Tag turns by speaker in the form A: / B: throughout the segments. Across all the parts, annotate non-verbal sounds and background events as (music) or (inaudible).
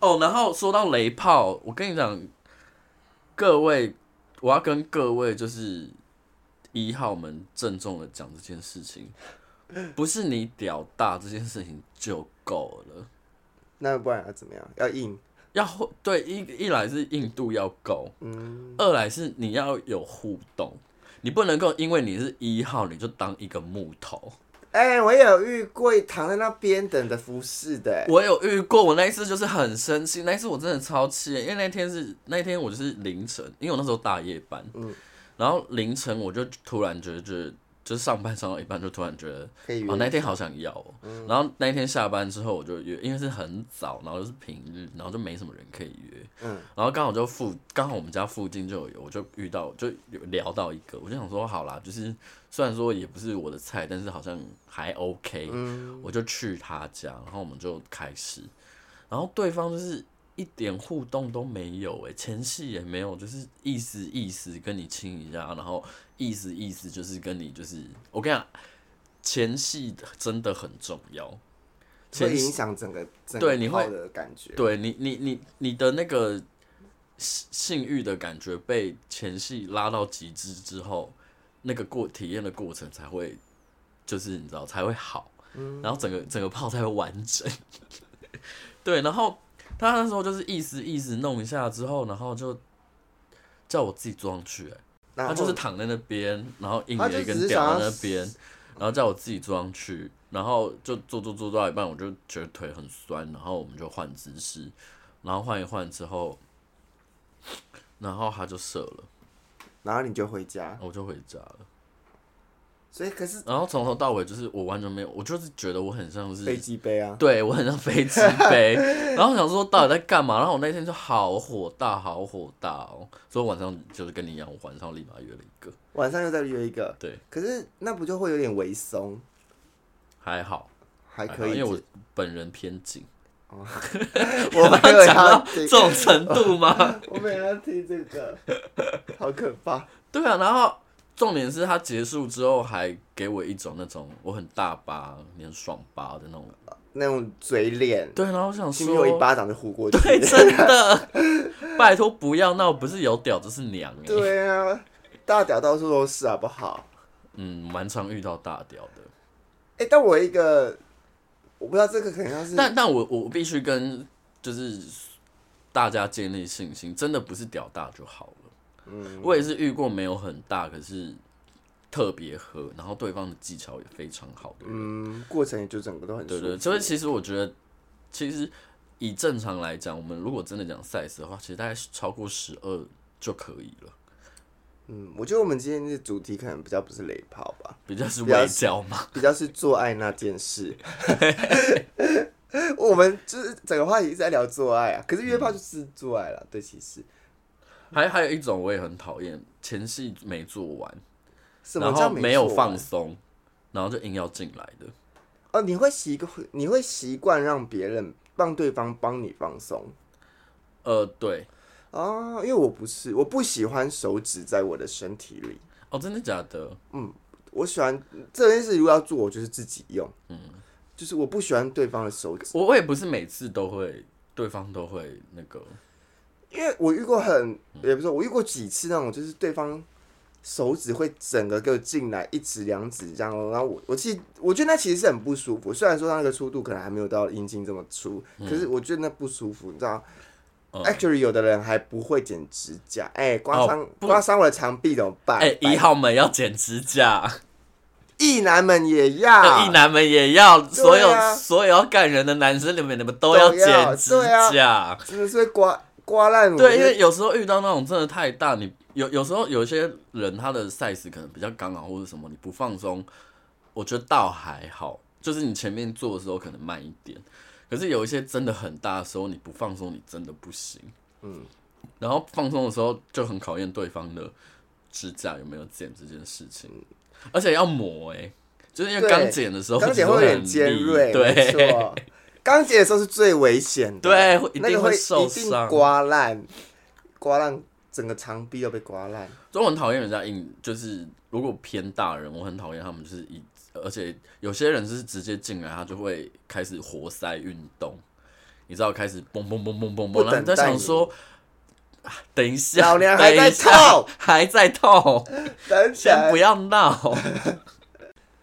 A: 哦，然后说到雷炮，我跟你讲，各位，我要跟各位就是一号们郑重的讲这件事情，不是你屌大这件事情就够了，
B: 那不然要怎么样？要硬，
A: 要互对一一来是硬度要够，
B: 嗯，
A: 二来是你要有互动，你不能够因为你是一号你就当一个木头。
B: 哎、我也有遇过躺在那边等着服侍的、哎
A: 我有遇过，我那一次就是很生气，那一次我真的超气，因为那天是那天我就是凌晨，因为我那时候大夜班，
B: 嗯
A: 然后凌晨我就突然觉得就是就是上班上到一半就突然觉得，
B: 可以约
A: 哦那天好想要哦，然后那一天下班之后我就约，因为是很早，然后又是平日，然后就没什么人可以约，
B: 嗯，
A: 然后刚好就附刚好我们家附近就有，我就遇到就有聊到一个，我就想说好啦，就是虽然说也不是我的菜，但是好像还 OK，、我就去他家，然后我们就开始，然后对方就是一点互动都没有、欸，哎，前戏也没有，就是意思意思跟你亲一下，然后意思意思就是跟你就是，我跟你讲，前戏真的很重要，
B: 会
A: 前戏
B: 影响整个整
A: 对你
B: 个
A: 会
B: 泡的感觉。
A: 对你，你你你的那个性性欲的感觉被前戏拉到极致之后，那个过体验的过程才会，就是你知道才会好，然后整个整个泡才会完整。 (laughs) 对，然后他那时候就是意思意思弄一下之后，然后就叫我自己装去、欸
B: 然
A: 他
B: 后
A: 就是躺在那边，然后硬
B: 他
A: 着一
B: 就
A: 根
B: 只是
A: 吊
B: 想
A: 在
B: 要
A: 那边，然后叫我自己坐上去，然后就坐坐坐到一半，我就觉得腿很酸，然后我们就换姿势，然后换一换之后，然后他就射了，
B: 然后你就回家，
A: 我就回家了。
B: 所以可是
A: 然后从头到尾就是我完全没有，我就是觉得我很像是
B: 飞机杯啊，
A: 对我很像飞机
B: (laughs)
A: 杯，然后想说到底在干嘛？然后我那天就好火大，好火大哦，所以晚上就是跟你一样，我晚上立马约了一个，
B: 晚上又再约一个，
A: 对，
B: 可是那不就会有点微松，
A: 还好。
B: 还
A: 还
B: 可
A: 好
B: 以接，
A: 哎啊因为我本人偏紧，
B: (laughs) 我没
A: (laughs)
B: 有
A: 讲
B: 要
A: 到这，
B: 听
A: 种程度吗？ (laughs)
B: 我没有要听这个，好可怕。
A: 对啊，然后重点是他结束之后还给我一种那种我很大巴，你很爽巴的那种。
B: 那种嘴脸，
A: 对，然后我想
B: 轻轻我一
A: 说，
B: 巴掌就呼过去。
A: 对，真的，拜托不要闹，不是有屌就是娘哎、
B: 对啊，大屌到处都是，好不好？
A: 嗯，蛮常遇到大屌的。
B: 哎、但我一个，我不知道这个可能要是，
A: 但但我我必须跟就是大家建立信心，真的不是屌大就好了。
B: 嗯，
A: 我也是遇过没有很大，可是特别喝，然后对方的技巧也非常好的人。
B: 嗯，过程也就整个都很舒
A: 对
B: 服。
A: 对，所以其实我觉得，其实以正常来讲，我们如果真的讲 size 的话，其实大概是超过十二就可以了，
B: 嗯，我觉得我们今天的主题可能比较不是雷炮吧，
A: 比较是
B: 比较
A: 微焦嘛。
B: 比较是做爱那件
A: (laughs)
B: 事。我们就是整个话题是在聊做爱啊，可是约
A: 嗯
B: 炮就是做爱了，对，其实
A: 还还有一种我也很讨厌，前戏没做完，
B: 什么
A: 然
B: 叫
A: 后没
B: 做
A: 有
B: 爱
A: 放松，然后就硬要进来的。
B: 哦，你会习惯，你会习惯让别人让对方帮你放松
A: 呃，对，
B: 哦，因为我不是，我不喜欢手指在我的身体里，
A: 哦，真的假的？
B: 我喜欢这件事，如果要做，我就是自己用，嗯，就是我不喜欢对方的手指，
A: 我我也不是每次都会，对方都会那个，
B: 因为我遇过很，也不是说我遇过几次那种，就是对方手指会整个给我进来，一指两指这样哦，然后我我其实我觉得那其实是很不舒服，虽然说那个粗度可能还没有到阴茎这么粗，可是我觉得那不舒服，你知道吗。
A: 嗯
B: Actually，有的人还不会剪指甲，哎、刮伤、
A: 哦不
B: 刮伤我的墙壁怎么办？
A: 哎、
B: 白
A: 一号们要剪指甲，
B: 异男们也要，
A: 一哎男们也要，所有、
B: 对啊
A: 所有要干人的男生里面，你们都
B: 都
A: 要
B: 要
A: 剪指
B: 对啊
A: 甲。
B: 真的是会刮刮烂我的。
A: 对，因为有时候遇到那种真的太大，你有有时候有一些人他的 size 可能比较刚好或者什么，你不放松，我觉得倒还好，就是你前面做的时候可能慢一点，可是有一些真的很大的时候，你不放松你真的不行。
B: 嗯，
A: 然后放松的时候就很考验对方的指甲有没有剪这件事情，而且要磨哎、就是因为
B: 嗯对
A: 刚剪的时候
B: 钢铁
A: 其实
B: 会有
A: 很
B: 点尖
A: 利
B: 锐，没
A: 对 (laughs)
B: 错。钢铁的时候是最危险的，
A: 对，会一
B: 那个
A: 定
B: 会
A: 受
B: 一定
A: 伤。
B: 刮烂，刮烂整个墙壁都被刮烂。
A: 所以我很讨厌人家硬，就是如果偏大人，我很讨厌他们就是一，而且有些人是直接进来，他就会开始活塞运动，你知道开始嘣嘣嘣嘣嘣
B: 不
A: 嘣，然后你在
B: 等待
A: 想
B: 你
A: 说，啊等一下，
B: 老娘还
A: 等一
B: 在
A: 下
B: 痛，
A: 还在痛，
B: (laughs) 等起
A: 先
B: 来
A: 不，要
B: (laughs)
A: 闹。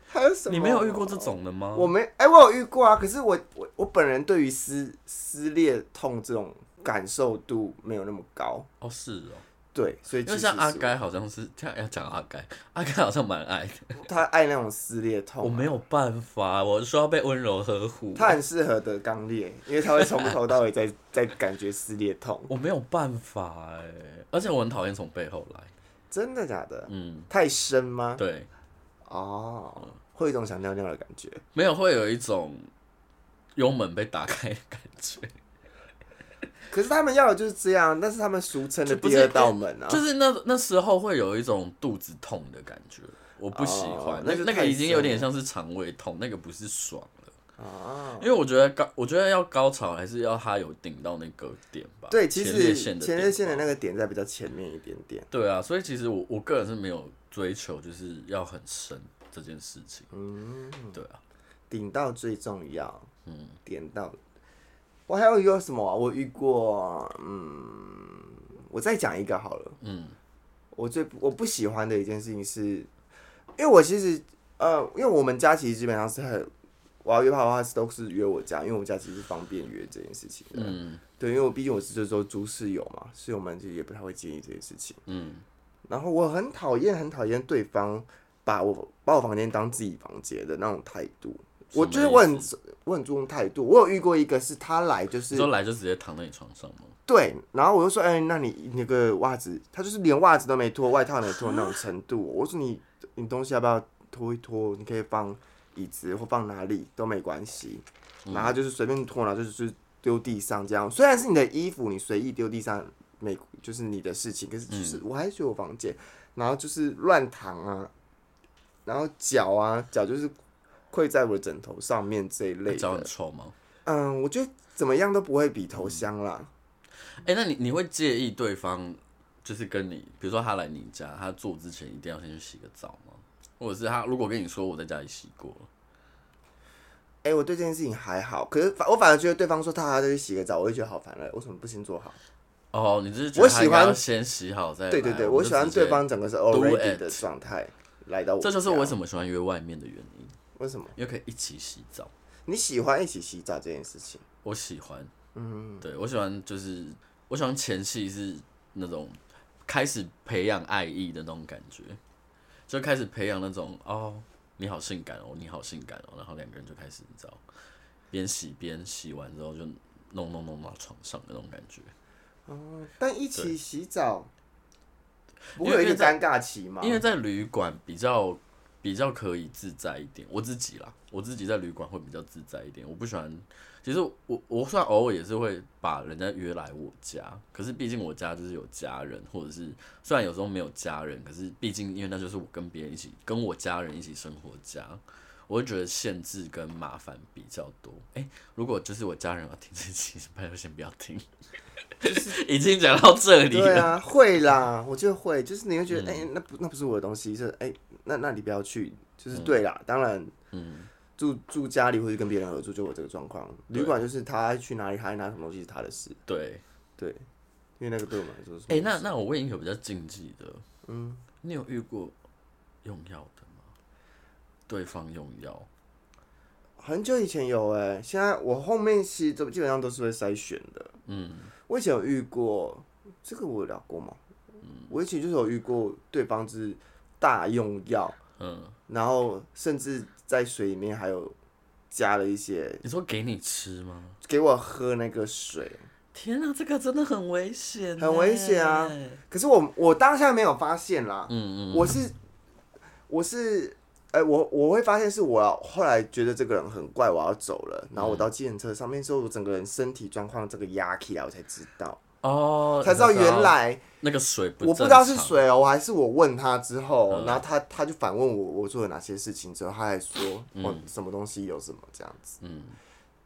B: 还有什么？
A: 你没有遇过这？种的吗？
B: 我没，哎、我有遇过啊。可是我我我本人对于撕撕裂痛这种感受度没有那么高，
A: 哦，是哦，
B: 对，所以
A: 因
B: 其
A: 为
B: 实
A: 像阿
B: 是
A: 该好像是，他要讲阿该，阿该好像蛮爱的，
B: 他爱那种撕裂
A: 我
B: 痛啊、
A: 没有办法，我需要被温柔呵护。
B: 他很适合得刚裂，因为他会从头到尾在在感觉撕裂痛，
A: 我没有办法哎、而且我很讨厌从背后来。
B: 真的假的？
A: 嗯，
B: 太深吗？
A: 对，
B: 哦，会有一种想尿尿的感觉。
A: 没有会有一种幽门被打开的感
B: (laughs)
A: 觉，
B: 可是他们要的就是这样，但是他们俗称的
A: 就不
B: 第
A: 是
B: 二道门啊，
A: 就是那那时候会有一种肚子痛的感觉，我不喜欢。
B: 哦
A: 那
B: 那就
A: 那个
B: 太
A: 已经有
B: 深
A: 点
B: 了
A: 像是肠胃痛，那个不是爽了。
B: 啊，
A: 因为我觉得高，我觉得要高潮还是要他有顶到那个点吧。
B: 对，其
A: 前列
B: 实
A: 腺的
B: 前列腺
A: 点
B: 的
A: 吧
B: 那个点在比较前面一点点，
A: 对啊，所以其实我我个人是没有追求就是要很深这件事情。
B: 嗯，
A: 对啊，
B: 顶到最重要，嗯，点到。我还有一个什么啊、我遇过，嗯，我再讲一个好了。
A: 嗯，
B: 我最我不喜欢的一件事情是，因为我其实呃，因为我们家其实基本上是很，我要约炮的话都是约我家，因为我们家其实是方便约这件事情的。
A: 嗯
B: 对，因为我毕竟我是这周租室友嘛，室友们就也不太会介意这件事情。
A: 嗯，
B: 然后我很讨厌，很讨厌对方把我把我房间当自己房间的那种态度。
A: 什
B: 我
A: 么
B: 觉得
A: 意
B: 我很我很注重态度。我有遇过一个是他来就
A: 你
B: 是
A: 说来就直接躺在你床上吗？
B: 对，然后我就说，哎、那你那个袜子，他就是连袜子都没脱，外套也没脱那种程度。我说你你东西要不要脱一脱？你可以放椅子或放哪里都没关系。
A: 嗯
B: 然后他就是随便脱，然后就是丢地上这样。虽然是你的衣服，你随意丢地上，没就是你的事情，可是就是我还是有房间，然后就是乱躺啊，然后脚啊脚就是跪在我的枕头上面这一
A: 那
B: 类
A: 脚很
B: 的。
A: 臭吗？
B: 嗯，我觉得怎么样都不会比头香啦。
A: 哎、那你你会介意对方就是跟你，比如说他来你家，他做之前一定要先去洗个澡吗？或者是他如果跟你说我在家里洗过了，
B: 哎、我对这件事情还好，可是反我反而觉得对方说他还要再去洗个澡，我就觉得好烦了，为什么不先做好？
A: 哦，你就是觉得
B: 我
A: 他
B: 喜
A: 应该
B: 欢
A: 要先洗好再来
B: 对对对，
A: 哎我
B: 我
A: 就
B: 喜欢
A: 直接
B: 对，方啊整个是
A: do
B: already
A: it
B: 的状态来到我家，
A: 这就是为什么喜欢约外面的原因，
B: 为什么
A: 因为可以一起洗澡。
B: 你喜欢一起洗澡这件事情？
A: 我喜欢，嗯，对我喜欢就是我喜欢前戏是那种开始培养爱意的那种感觉，就开始培养那种哦，你好性感哦，你好性感哦，然后两个人就开始你知道，边洗边洗完之后就弄弄弄到床上的那种感觉，
B: 哦，但一起洗澡不
A: 因为
B: 会有一
A: 因为
B: 个
A: 在
B: 尴尬期吗？
A: 因为在旅馆比较比较可以自在一点，我自己啦，我自己在旅馆会比较自在一点。我不喜欢，其实我我虽然偶尔也是会把人家约来我家，可是毕竟我家就是有家人，或者是虽然有时候没有家人，可是毕竟因为那就是我跟别人一起跟我家人一起生活家。我会觉得限制跟麻烦比较多。哎、如果就是我家人要听这期， (laughs) 拜托先不要听，已经讲到这里
B: 对
A: 了。嗯
B: 啊，会啦，我就会，就是你会觉得，哎、那不那不是我的东西，是哎、那那你不要去，就是对啦，当然，
A: 嗯，
B: 住住家里或者跟别人合住，就我这个状况，
A: 对
B: 旅馆就是他去哪里，他拿什么东西是他的事。
A: 对。
B: 对，因为那个对我们来说是。
A: 哎、那那我问一个比较禁忌的，嗯，你有遇过用药的吗？对方用药，
B: 很久以前有哎、现在我后面其实都基本上都是会筛选的。
A: 嗯，
B: 我以前有遇过，这个我有聊过吗？我以前就是有遇过对方就是大用药，
A: 嗯，
B: 然后甚至在水里面还有加了一些
A: 你说给你吃吗？
B: 给我喝那个水，
A: 天啊，这个真的很危险，欸
B: 很危险啊！可是我我当下没有发现啦，
A: 嗯嗯，
B: 我是我是哎、我我会发现是我要后来觉得这个人很怪，我要走了，然后我到计程车上面之后，我整个人身体状况这个压起来，我才知道，
A: 哦，
B: 才知道
A: 我
B: 原来
A: 那个水不，
B: 我不知道是，谁哦，我还是我问他之后，然后他他就反问我我做了哪些事情之后，他还说我什么东西有什么这样子，
A: 嗯，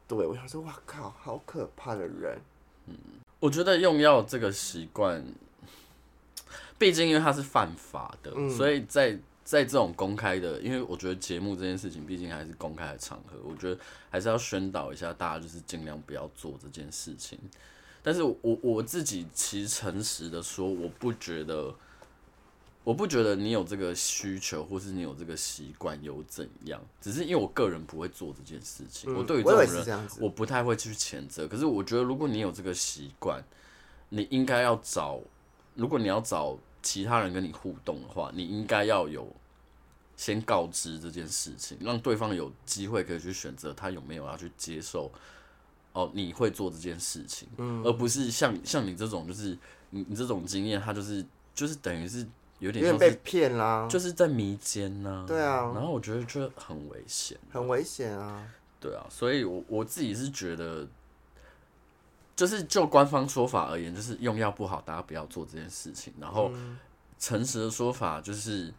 B: 对我想说哇靠，好可怕的人，
A: 我觉得用药
B: 嗯
A: 这个习惯，毕竟因为它是犯法的，所以在在这种公开的，因为我觉得节目这件事情毕竟还是公开的场合，我觉得还是要宣导一下大家，就是尽量不要做这件事情。但是我我自己其实诚实的说，我不觉得，我不觉得你有这个需求，或是你有这个习惯又怎样？只是因为我个人不会做这件事情，
B: 嗯
A: 我对于
B: 我以
A: 这
B: 为
A: 种
B: 是
A: 人
B: 这样子，
A: 我不太会去谴责，可是我觉得如果你有这个习惯，你应该要找，如果你要找其他人跟你互动的话，你应该要有先告知这件事情，让对方有机会可以去选择他有没有要去接受。哦，你会做这件事情，
B: 嗯
A: 而不是像像你这种，就是你你这种经验，它就是就是等于是有
B: 有
A: 点
B: 点
A: 像
B: 被
A: 是
B: 骗啦，
A: 就是在迷奸呢、
B: 对啊
A: 然后我觉得这很危险。
B: 很危险啊。
A: 对啊，所以我我自己是觉得，就是就官方说法而言，就是用药不好，大家不要做这件事情。然后诚实的说法就是，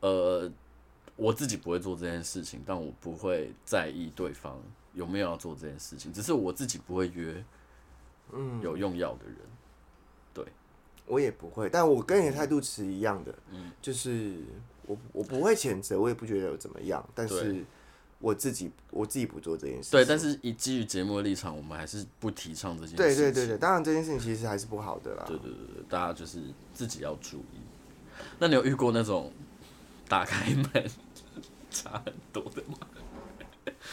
A: 呃，我自己不会做这件事情，但我不会在意对方有没有要做这件事情，只是我自己不会约，嗯，有用药的人。
B: 我也不会，但我跟
A: 嗯
B: 你的态度持一样的，就是我我不会谴责，我也不觉得有怎么样，但是我自己我自己不做这件事情。
A: 对，但是以基于节目的立场，我们还是不提倡这件事情。
B: 对对对对，当然这件事情其实还是不好的啦。
A: 对对对，对大家就是自己要注意。那你有遇过那种打开门差很多的吗？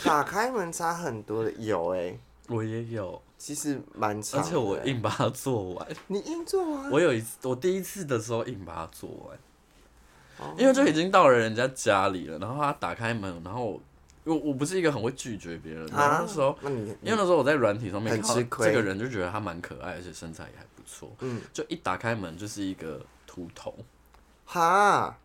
B: 打开门差很多的有哎、
A: 我也有，
B: 其实蛮长
A: 而
B: 的欸。
A: 且我硬把它做完。
B: 你硬做啊？
A: 我有一次，我第一次的时候硬把它做完，
B: 哦
A: 因为就已经到了人家家里了，然后他打开门，然后我因为我不是一个很会拒绝别人的，然后那时候。
B: 那你
A: 因为那时候我在软体上面
B: 啊很
A: 看到
B: 吃亏
A: 这个人，就觉得他蛮可爱，而且身材也还不错。
B: 嗯
A: 就一打开门就是一个秃头，
B: 哈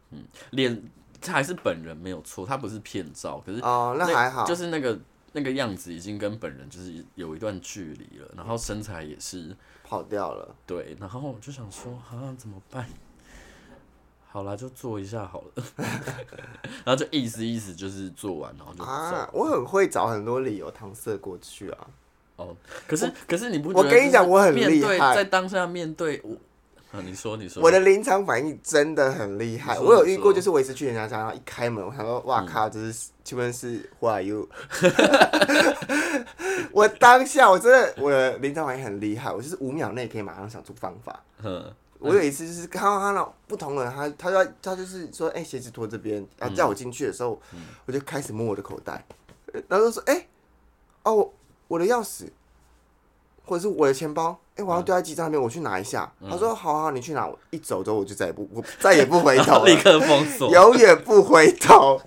A: 脸他还是本人没有错，他不是骗照，可是
B: 哦，那还好，
A: 就是那个那个样子已经跟本人就是有一段距离了，然后身材也是
B: 跑掉了。
A: 对，然后我就想说啊怎么办？好啦，就做一下好了， (laughs) 然后就意思意思就是做完，然后就走。
B: 啊，我很会找很多理由搪塞过去啊。
A: 哦，可是可是你不
B: 我
A: 觉得
B: 跟你
A: 就是
B: 讲我很
A: 面
B: 厉
A: 对
B: 害
A: 在当下面对我，啊你说你说
B: 我的临场反应真的很厉害，
A: 你说
B: 我有遇过，
A: 你说嗯
B: 就是我一次去人家家，然后一开门，我想说，哇靠，这是请问是 Who are you？我当下我真的我的临场反应很厉害，我就是五秒内可以马上想出方法。
A: 嗯
B: 我有一次就是看到他那种不同的人，他他就他就是说，哎、鞋子脱这边，
A: 嗯
B: 然后叫我进去的时候，我就开始摸我的口袋，呃然后就说，哎、哦，我我的钥匙，或者是我的钱包，哎、我要丢在机上面，我去拿一下。
A: 嗯
B: 他说，好好，你去拿。我一走之后，我就再也不，我再也不回
A: 然 (laughs)
B: 头
A: 后立
B: 了，
A: 刻封锁，
B: 永远不回头。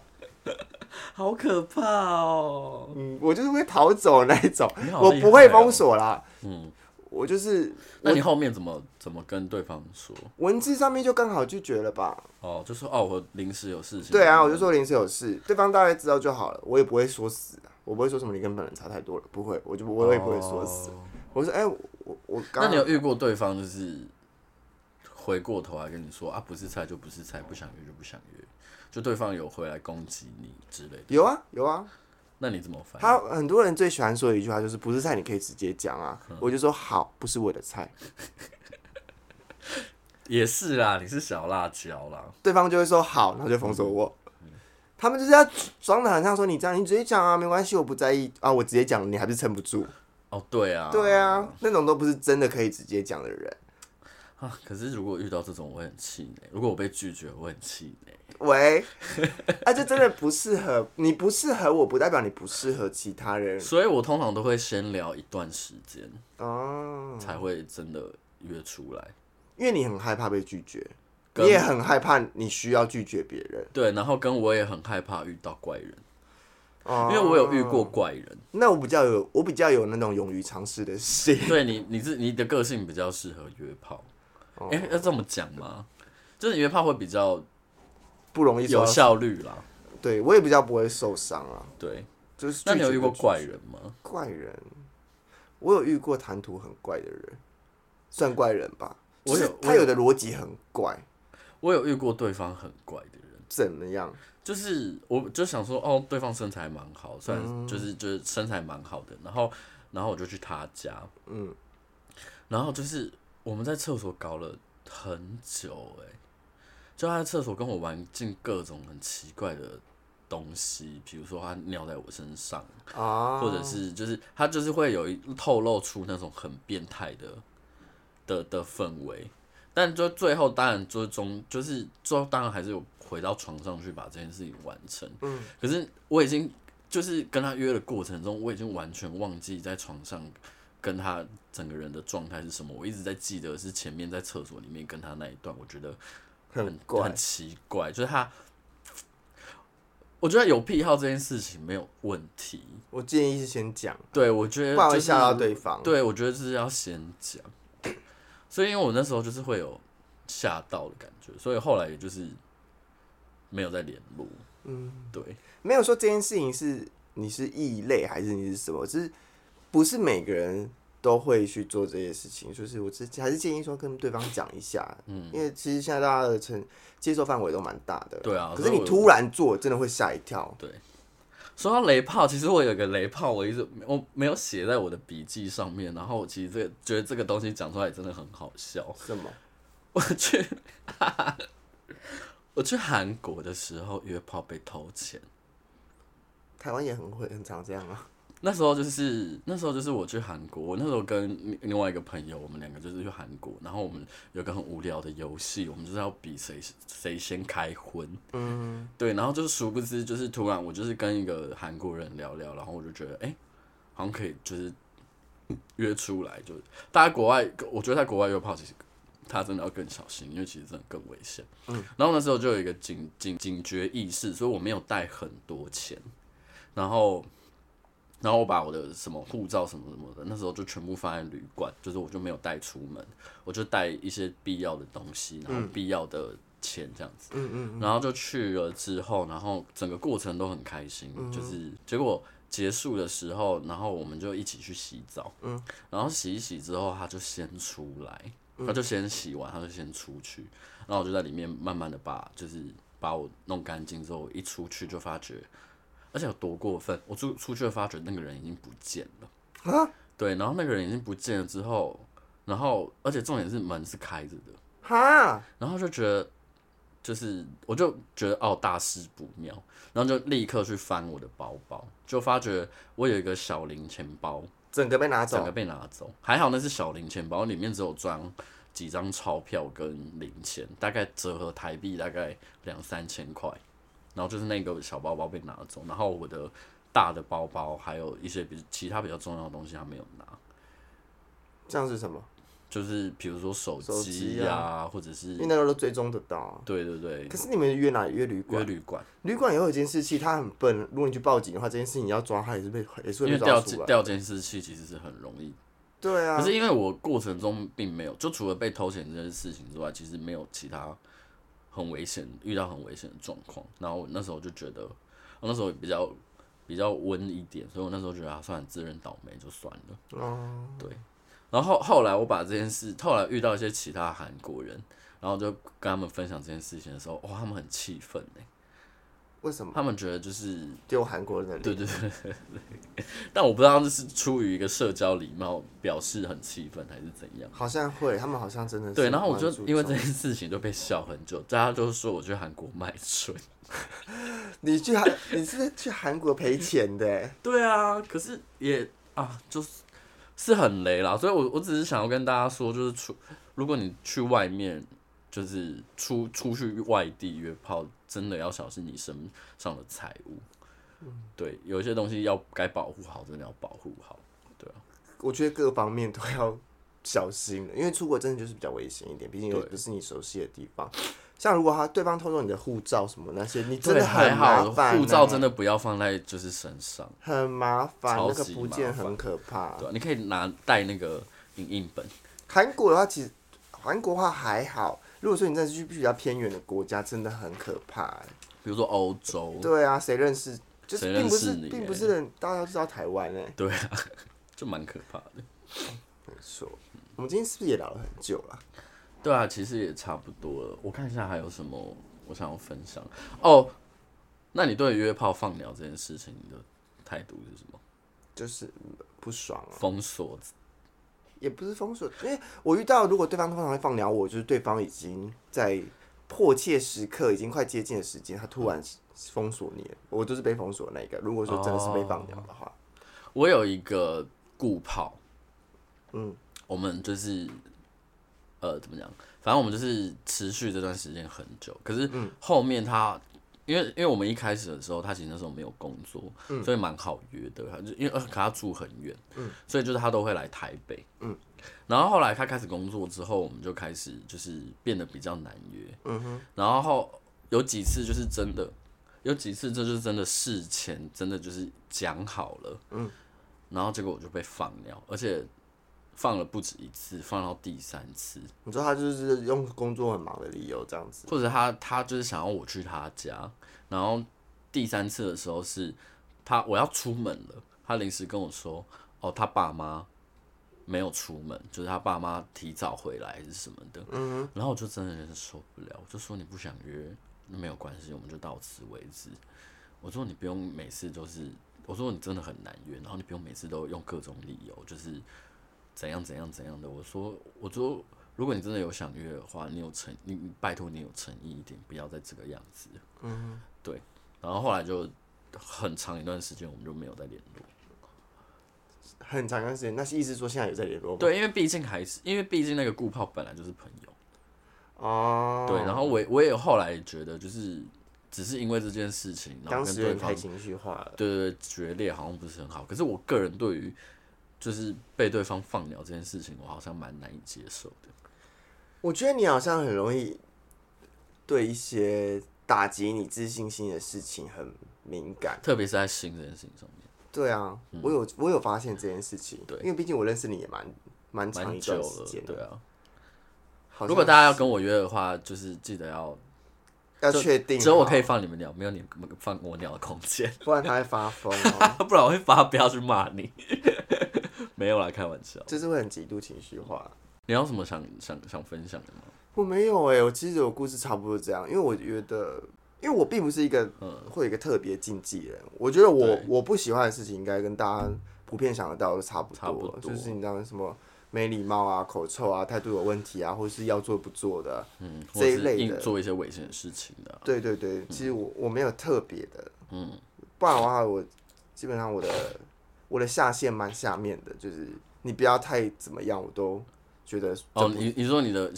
A: 好可怕哦。
B: 嗯，我就是会逃走的那一种，
A: 你好
B: 我
A: 厉
B: 不会
A: 害哦
B: 封锁啦，
A: 嗯，
B: 我就是
A: 那你后面怎么怎么跟对方说？
B: 文字上面就刚好拒绝了吧。
A: 哦，就说哦，我临时有事情。
B: 对啊，我就说临时有事，对方大概知道就好了，我也不会说死啊，我不会说什么你跟本人差太多了，不会，我就不我也不会说死。
A: 哦
B: 我说哎、我我我刚
A: 那你
B: 刚
A: 有遇过对方就是回过头来跟你说啊，不是菜就不是菜，不想约就不想约，就对方有回来攻击你之类的，
B: 有啊有啊，
A: 那你怎么反应？
B: 他很多人最喜欢说的一句话就是不是菜你可以直接讲啊，
A: 嗯
B: 我就说好，不是我的菜，
A: 也是啦，你是小辣椒啦，
B: 对方就会说好，然后就封锁我。
A: 嗯
B: 他们就是要装的很像说你这样，你直接讲啊，没关系，我不在意啊，我直接讲，你还不是撑不住。
A: 哦，对啊，
B: 对啊，那种都不是真的可以直接讲的人。
A: 啊，可是如果遇到这种，我会很气馁。如果我被拒绝，我会很气馁。
B: 喂， (laughs) 啊，这真的不适合你，不适合我，不代表你不适合其他人
A: 所以我通常都会先聊一段时间，
B: 哦，
A: 才会真的约出来。
B: 因为你很害怕被拒绝，
A: 跟
B: 你也很害怕你需要拒绝别人，
A: 对，然后跟我也很害怕遇到怪人，
B: 哦
A: 因为我有遇过怪人。
B: 那我比较有，我比较有那种勇于尝试的心，
A: (laughs) 对你，你是你的个性比较适合约炮。哎、要这么讲吗？就是约炮会比较
B: 不容易受
A: 有
B: 伤。
A: 效率啦。
B: 对我也比较不会受伤啊，
A: 对，
B: 就是
A: 那你有
B: 拒
A: 遇
B: 绝
A: 过
B: 的
A: 怪人吗？
B: 怪人？我有遇过谈吐很怪的人，算怪人吧。
A: 我有
B: 就是
A: 我
B: 他
A: 有
B: 有的逻辑很怪，
A: 我有遇过对方很怪的人，
B: 怎么样？
A: 就是我就想说，哦，对方身材蛮好，虽然就是就是身材蛮好的，然后然后我就去他家，
B: 嗯，
A: 然后就是我们在厕所搞了很久、欸，就他在厕所跟我玩尽各种很奇怪的东西，比如说他尿在我身上，
B: 啊，
A: 或者是就是他就是会有一透露出那种很变态的的的氛围，但就最后当然最终就是最后当然还是有回到床上去把这件事情完成。嗯，可是我已经就是跟他约的过程中，我已经完全忘记在床上跟他整个人的状态是什么，我一直在记得是前面在厕所里面跟他那一段，我觉得
B: 很怪
A: 很，奇怪，就是他。我觉得有癖好这件事情没有问题，
B: 我建议是先讲，
A: 对，我觉得
B: 不
A: 呃
B: 然
A: 就
B: 会
A: 是
B: 吓到对方。
A: 对，我觉得就是要先讲。所以因为我那时候就是会有吓到的感觉，所以后来也就是没有再联络。嗯，对，
B: 没有说这件事情是你是异类还是你是什么，就是不是每个人都会去做这些事情。就是我只还是建议说跟对方讲一下，嗯，因为其实现在大家的成接受范围都蛮大的，
A: 对啊
B: 可是
A: 所以
B: 你
A: 我
B: 突然做，真的会吓一跳。
A: 说到雷炮，其实我有个雷炮，我一直我没有写在我的笔记上面。然后我其实这个觉得这个东西讲出来真的很好笑。
B: 什么？
A: 我去，我去韩国的时候约炮被偷钱。
B: 台湾也很会，很常这样啊。
A: 那时候就是那时候就是我去韩国，我那时候跟另另外一个朋友，我们两个就是去韩国，然后我们有个很无聊的游戏，我们就是要比谁谁先开荤，嗯，对，然后就是殊不知就是突然我就是跟一个韩国人聊聊，然后我就觉得哎、诶好像可以就是约出来，就是大家国外，我觉得在国外约炮其实他真的要更小心，因为其实真的更危险，嗯，然后那时候就有一个警警警觉意识，所以我没有带很多钱，然后。然后我把我的什么护照什么什么的，那时候就全部放在旅馆，就是我就没有带出门，我就带一些必要的东西，然后必要的钱这样子。嗯嗯。然后就去了之后，然后整个过程都很开心，就是结果结束的时候，然后我们就一起去洗澡。嗯。然后洗一洗之后，他就先出来，他就先洗完，他就先出去，然后我就在里面慢慢的把就是把我弄干净之后，我一出去就发觉。而且有多过分？我出出去发觉那个人已经不见了啊！对，然后那个人已经不见了之后，然后而且重点是门是开着的，
B: 哈，
A: 然后就觉得就是我就觉得哦大事不妙，然后就立刻去翻我的包包，就发觉我有一个小零钱包，
B: 整个被拿
A: 整个
B: 走，
A: 被拿走，还好那是小零钱包，里面只有装几张钞票跟零钱，大概折合台币大概两三千块。然后就是那个小包包被拿走，然后我的大的包包还有一些比其他比较重要的东西他没有拿，
B: 这样是什么？
A: 就是比如说手
B: 手
A: 机
B: 机
A: 呀、
B: 啊
A: 或者是
B: 因为那时候都追踪得到啊。
A: 对对对，
B: 可是你们约哪里？约旅
A: 约
B: 馆？
A: 旅馆，
B: 旅馆也有一监视器，他很笨。如果你去报警的话，这件事情你要抓他也是被也是
A: 因
B: 会
A: 为
B: 被
A: 掉
B: 抓出
A: 监
B: 来。
A: 掉监视器其实是很容易，
B: 对啊
A: 可，是因为我过程中并没有，就除了被偷钱这件事情之外，其实没有其他很危险遇到很危险的状况。然后我那时候就觉得，我那时候比较比较温一点，所以我那时候觉得啊，算了，自认倒霉就算了。
B: 哦，
A: 然后后来我把这件事，后来遇到一些其他韩国人，然后就跟他们分享这件事情的时候，哇，他们很气愤哎，
B: 为什么
A: 他们觉得就是
B: 丢韩国人的脸？
A: 对对对对对， (laughs) 但我不知道这是出于一个社交礼貌表示很气愤还是怎样。
B: 好像会，他们好像真的是
A: 对，然后我就
B: 蛮注重
A: 因为这件事情就被笑很久，大家都说我去韩国卖春。
B: 你去韩，你是去韩国赔钱的欸，
A: 对啊，可是也啊，就是是很雷啦，所以我我只是想要跟大家说，就是出如果你去外面，就是出出去外地约炮，真的要小心你身上的财物。对，有一些东西要该保护好，真的要保护好。
B: 我觉得各方面都要小心了，因为出国真的就是比较危险一点，毕竟又
A: 对
B: 不是你熟悉的地方。像如果他对方偷走你的护照什么那些，你真
A: 对，
B: 的
A: 还
B: 很麻
A: 好，
B: 烦欸，
A: 护照真的不要放在就是身上，
B: 很麻烦，
A: 超
B: 那
A: 级
B: 个不见
A: 麻烦
B: 很可怕
A: 对。吧、你可以拿带那个影印本。
B: 韩国的话，其实韩国话还好，如果说你真的是去比较偏远的国家，真的很可怕欸。
A: 比如说欧洲，
B: 对啊，谁认识？就是
A: 谁
B: 并不
A: 认
B: 是
A: 识你欸
B: 并不是人，大家都知道台湾哎，
A: 对啊，就蛮可怕的。
B: 没错。我们今天是不是也聊了很久了？
A: 对啊，其实也差不多了。我看一下还有什么我想要分享哦。那你对约炮放鸟这件事情的态度是什么？
B: 就是嗯不爽啊，
A: 封锁？
B: 也不是封锁，因为我遇到如果对方通常会放鸟我，就是对方已经在迫切时刻已经快接近的时间，他突然封锁你了，我就是被封锁的那个。如果说真的是被放掉的
A: 哦
B: 话，
A: 我有一个顾炮，
B: 嗯，
A: 我们就是呃怎么讲，反正我们就是持续这段时间很久，可是
B: 嗯
A: 后面他。因为因为我们一开始的时候，他其实那时候没有工作，
B: 嗯
A: 所以蛮好约的。他就因为呃可他住很远，所以就是他都会来台北。
B: 嗯
A: 然后后来他开始工作之后，我们就开始就是变得比较难约。
B: 嗯哼，
A: 然后有几次就是真的，有几次这就是真的事前真的就是讲好了，
B: 嗯，
A: 然后结果我就被放鸟，而且放了不止一次，放到第三次，
B: 你说他就是用工作很忙的理由这样子，
A: 或者他他就是想要我去他家，然后第三次的时候是他我要出门了，他临时跟我说，哦，他爸妈没有出门，就是他爸妈提早回来还是什么的，
B: 嗯
A: 然后我就真的是受不了，我就说你不想约没有关系，我们就到此为止。我说你不用每次都是，我说你真的很难约，然后你不用每次都用各种理由，就是怎样怎样怎样的。我说我说如果你真的有想约的话，你有诚你你拜托你有诚意一点，不要再这个样子。
B: 嗯
A: 对，然后后来就很长一段时间我们就没有再联络。
B: 哼，很长一段时间。那是意思说现在有在联络吗？
A: 对，因为毕竟还是因为毕竟那个顾炮本来就是朋友。
B: 哦，
A: 对，然后我也我也后来觉得，就是只是因为这件事情，然后
B: 当
A: 跟
B: 时有
A: 对
B: 点
A: 方
B: 太情绪化了。
A: 对对对决裂好像不是很好。可是我个人对于就是被对方放鸟这件事情，我好像蛮难以接受的。
B: 我觉得你好像很容易对一些打击你自信心的事情很敏感。
A: 特别是在性这件事情上面，
B: 对啊，我有我有发现这件事情，
A: 对
B: 因为毕竟我认识你也蛮蛮长
A: 蛮
B: 一
A: 久
B: 段时
A: 了
B: 间，
A: 对
B: 的。
A: 啊。
B: 好像
A: 如果大家要跟我约的话，就是记得要
B: 要确定，
A: 只有我可以，放你们鸟，没有你们放我鸟的空间， (laughs)
B: 不然他会发疯 (laughs) 哦，
A: 不然我会发飙去骂你。 (laughs) 没有啦，开玩笑。
B: 就是会很极度情绪化。
A: 你有什么想想想分享的吗？
B: 我没有哎、我其实我故事差不多这样，因为我觉得，因为我并不是一个会有一个特别禁忌的人，我觉得我
A: 嗯对
B: 我不喜欢的事情应该跟大家普遍想得到都差不
A: 差不多
B: 就是你知道什么没礼貌啊、口臭啊、态度有问题啊，或是要做不做的啊、
A: 嗯，或
B: 这一
A: 是
B: 类
A: 硬
B: 的
A: 做一些危险的事情的啊、
B: 对对对，其实我我没有特别的，
A: 嗯，
B: 不然的话，我基本上我的我的下限蛮下面的，就是你不要太怎么样，我都觉得
A: 哦，
B: 这不
A: 你你说你的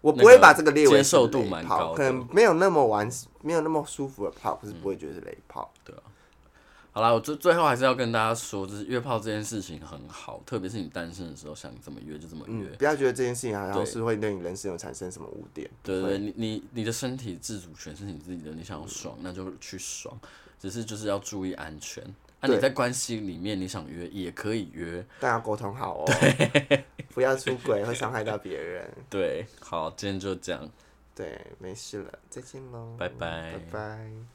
B: 我不
A: 那
B: 会
A: 个
B: 把这个列为
A: 接
B: 是
A: 受度
B: 雷
A: 蛮
B: 炮
A: 高的
B: 可能没有那么玩，没有那么舒服的炮，可是不会觉得是雷炮。
A: 好啦，我最最后还是要跟大家说，就是约炮这件事情很好，特别是你单身的时候，想怎么约就怎么约。
B: 嗯，不要觉得这件事情好像
A: 对
B: 是会对你人生有产生什么污点。
A: 对
B: 不
A: 对对，
B: 会
A: 你你你的身体自主权是你自己的，你想要爽那就去爽，只是就是要注意安全。啊，
B: 对
A: 你在关系里面你想约也可以约。
B: 大家沟通好哦， (laughs) 不要出轨会伤害到别人。
A: 对，好，今天就这样，
B: 对，没事了，再见喽，
A: 拜拜
B: 拜拜。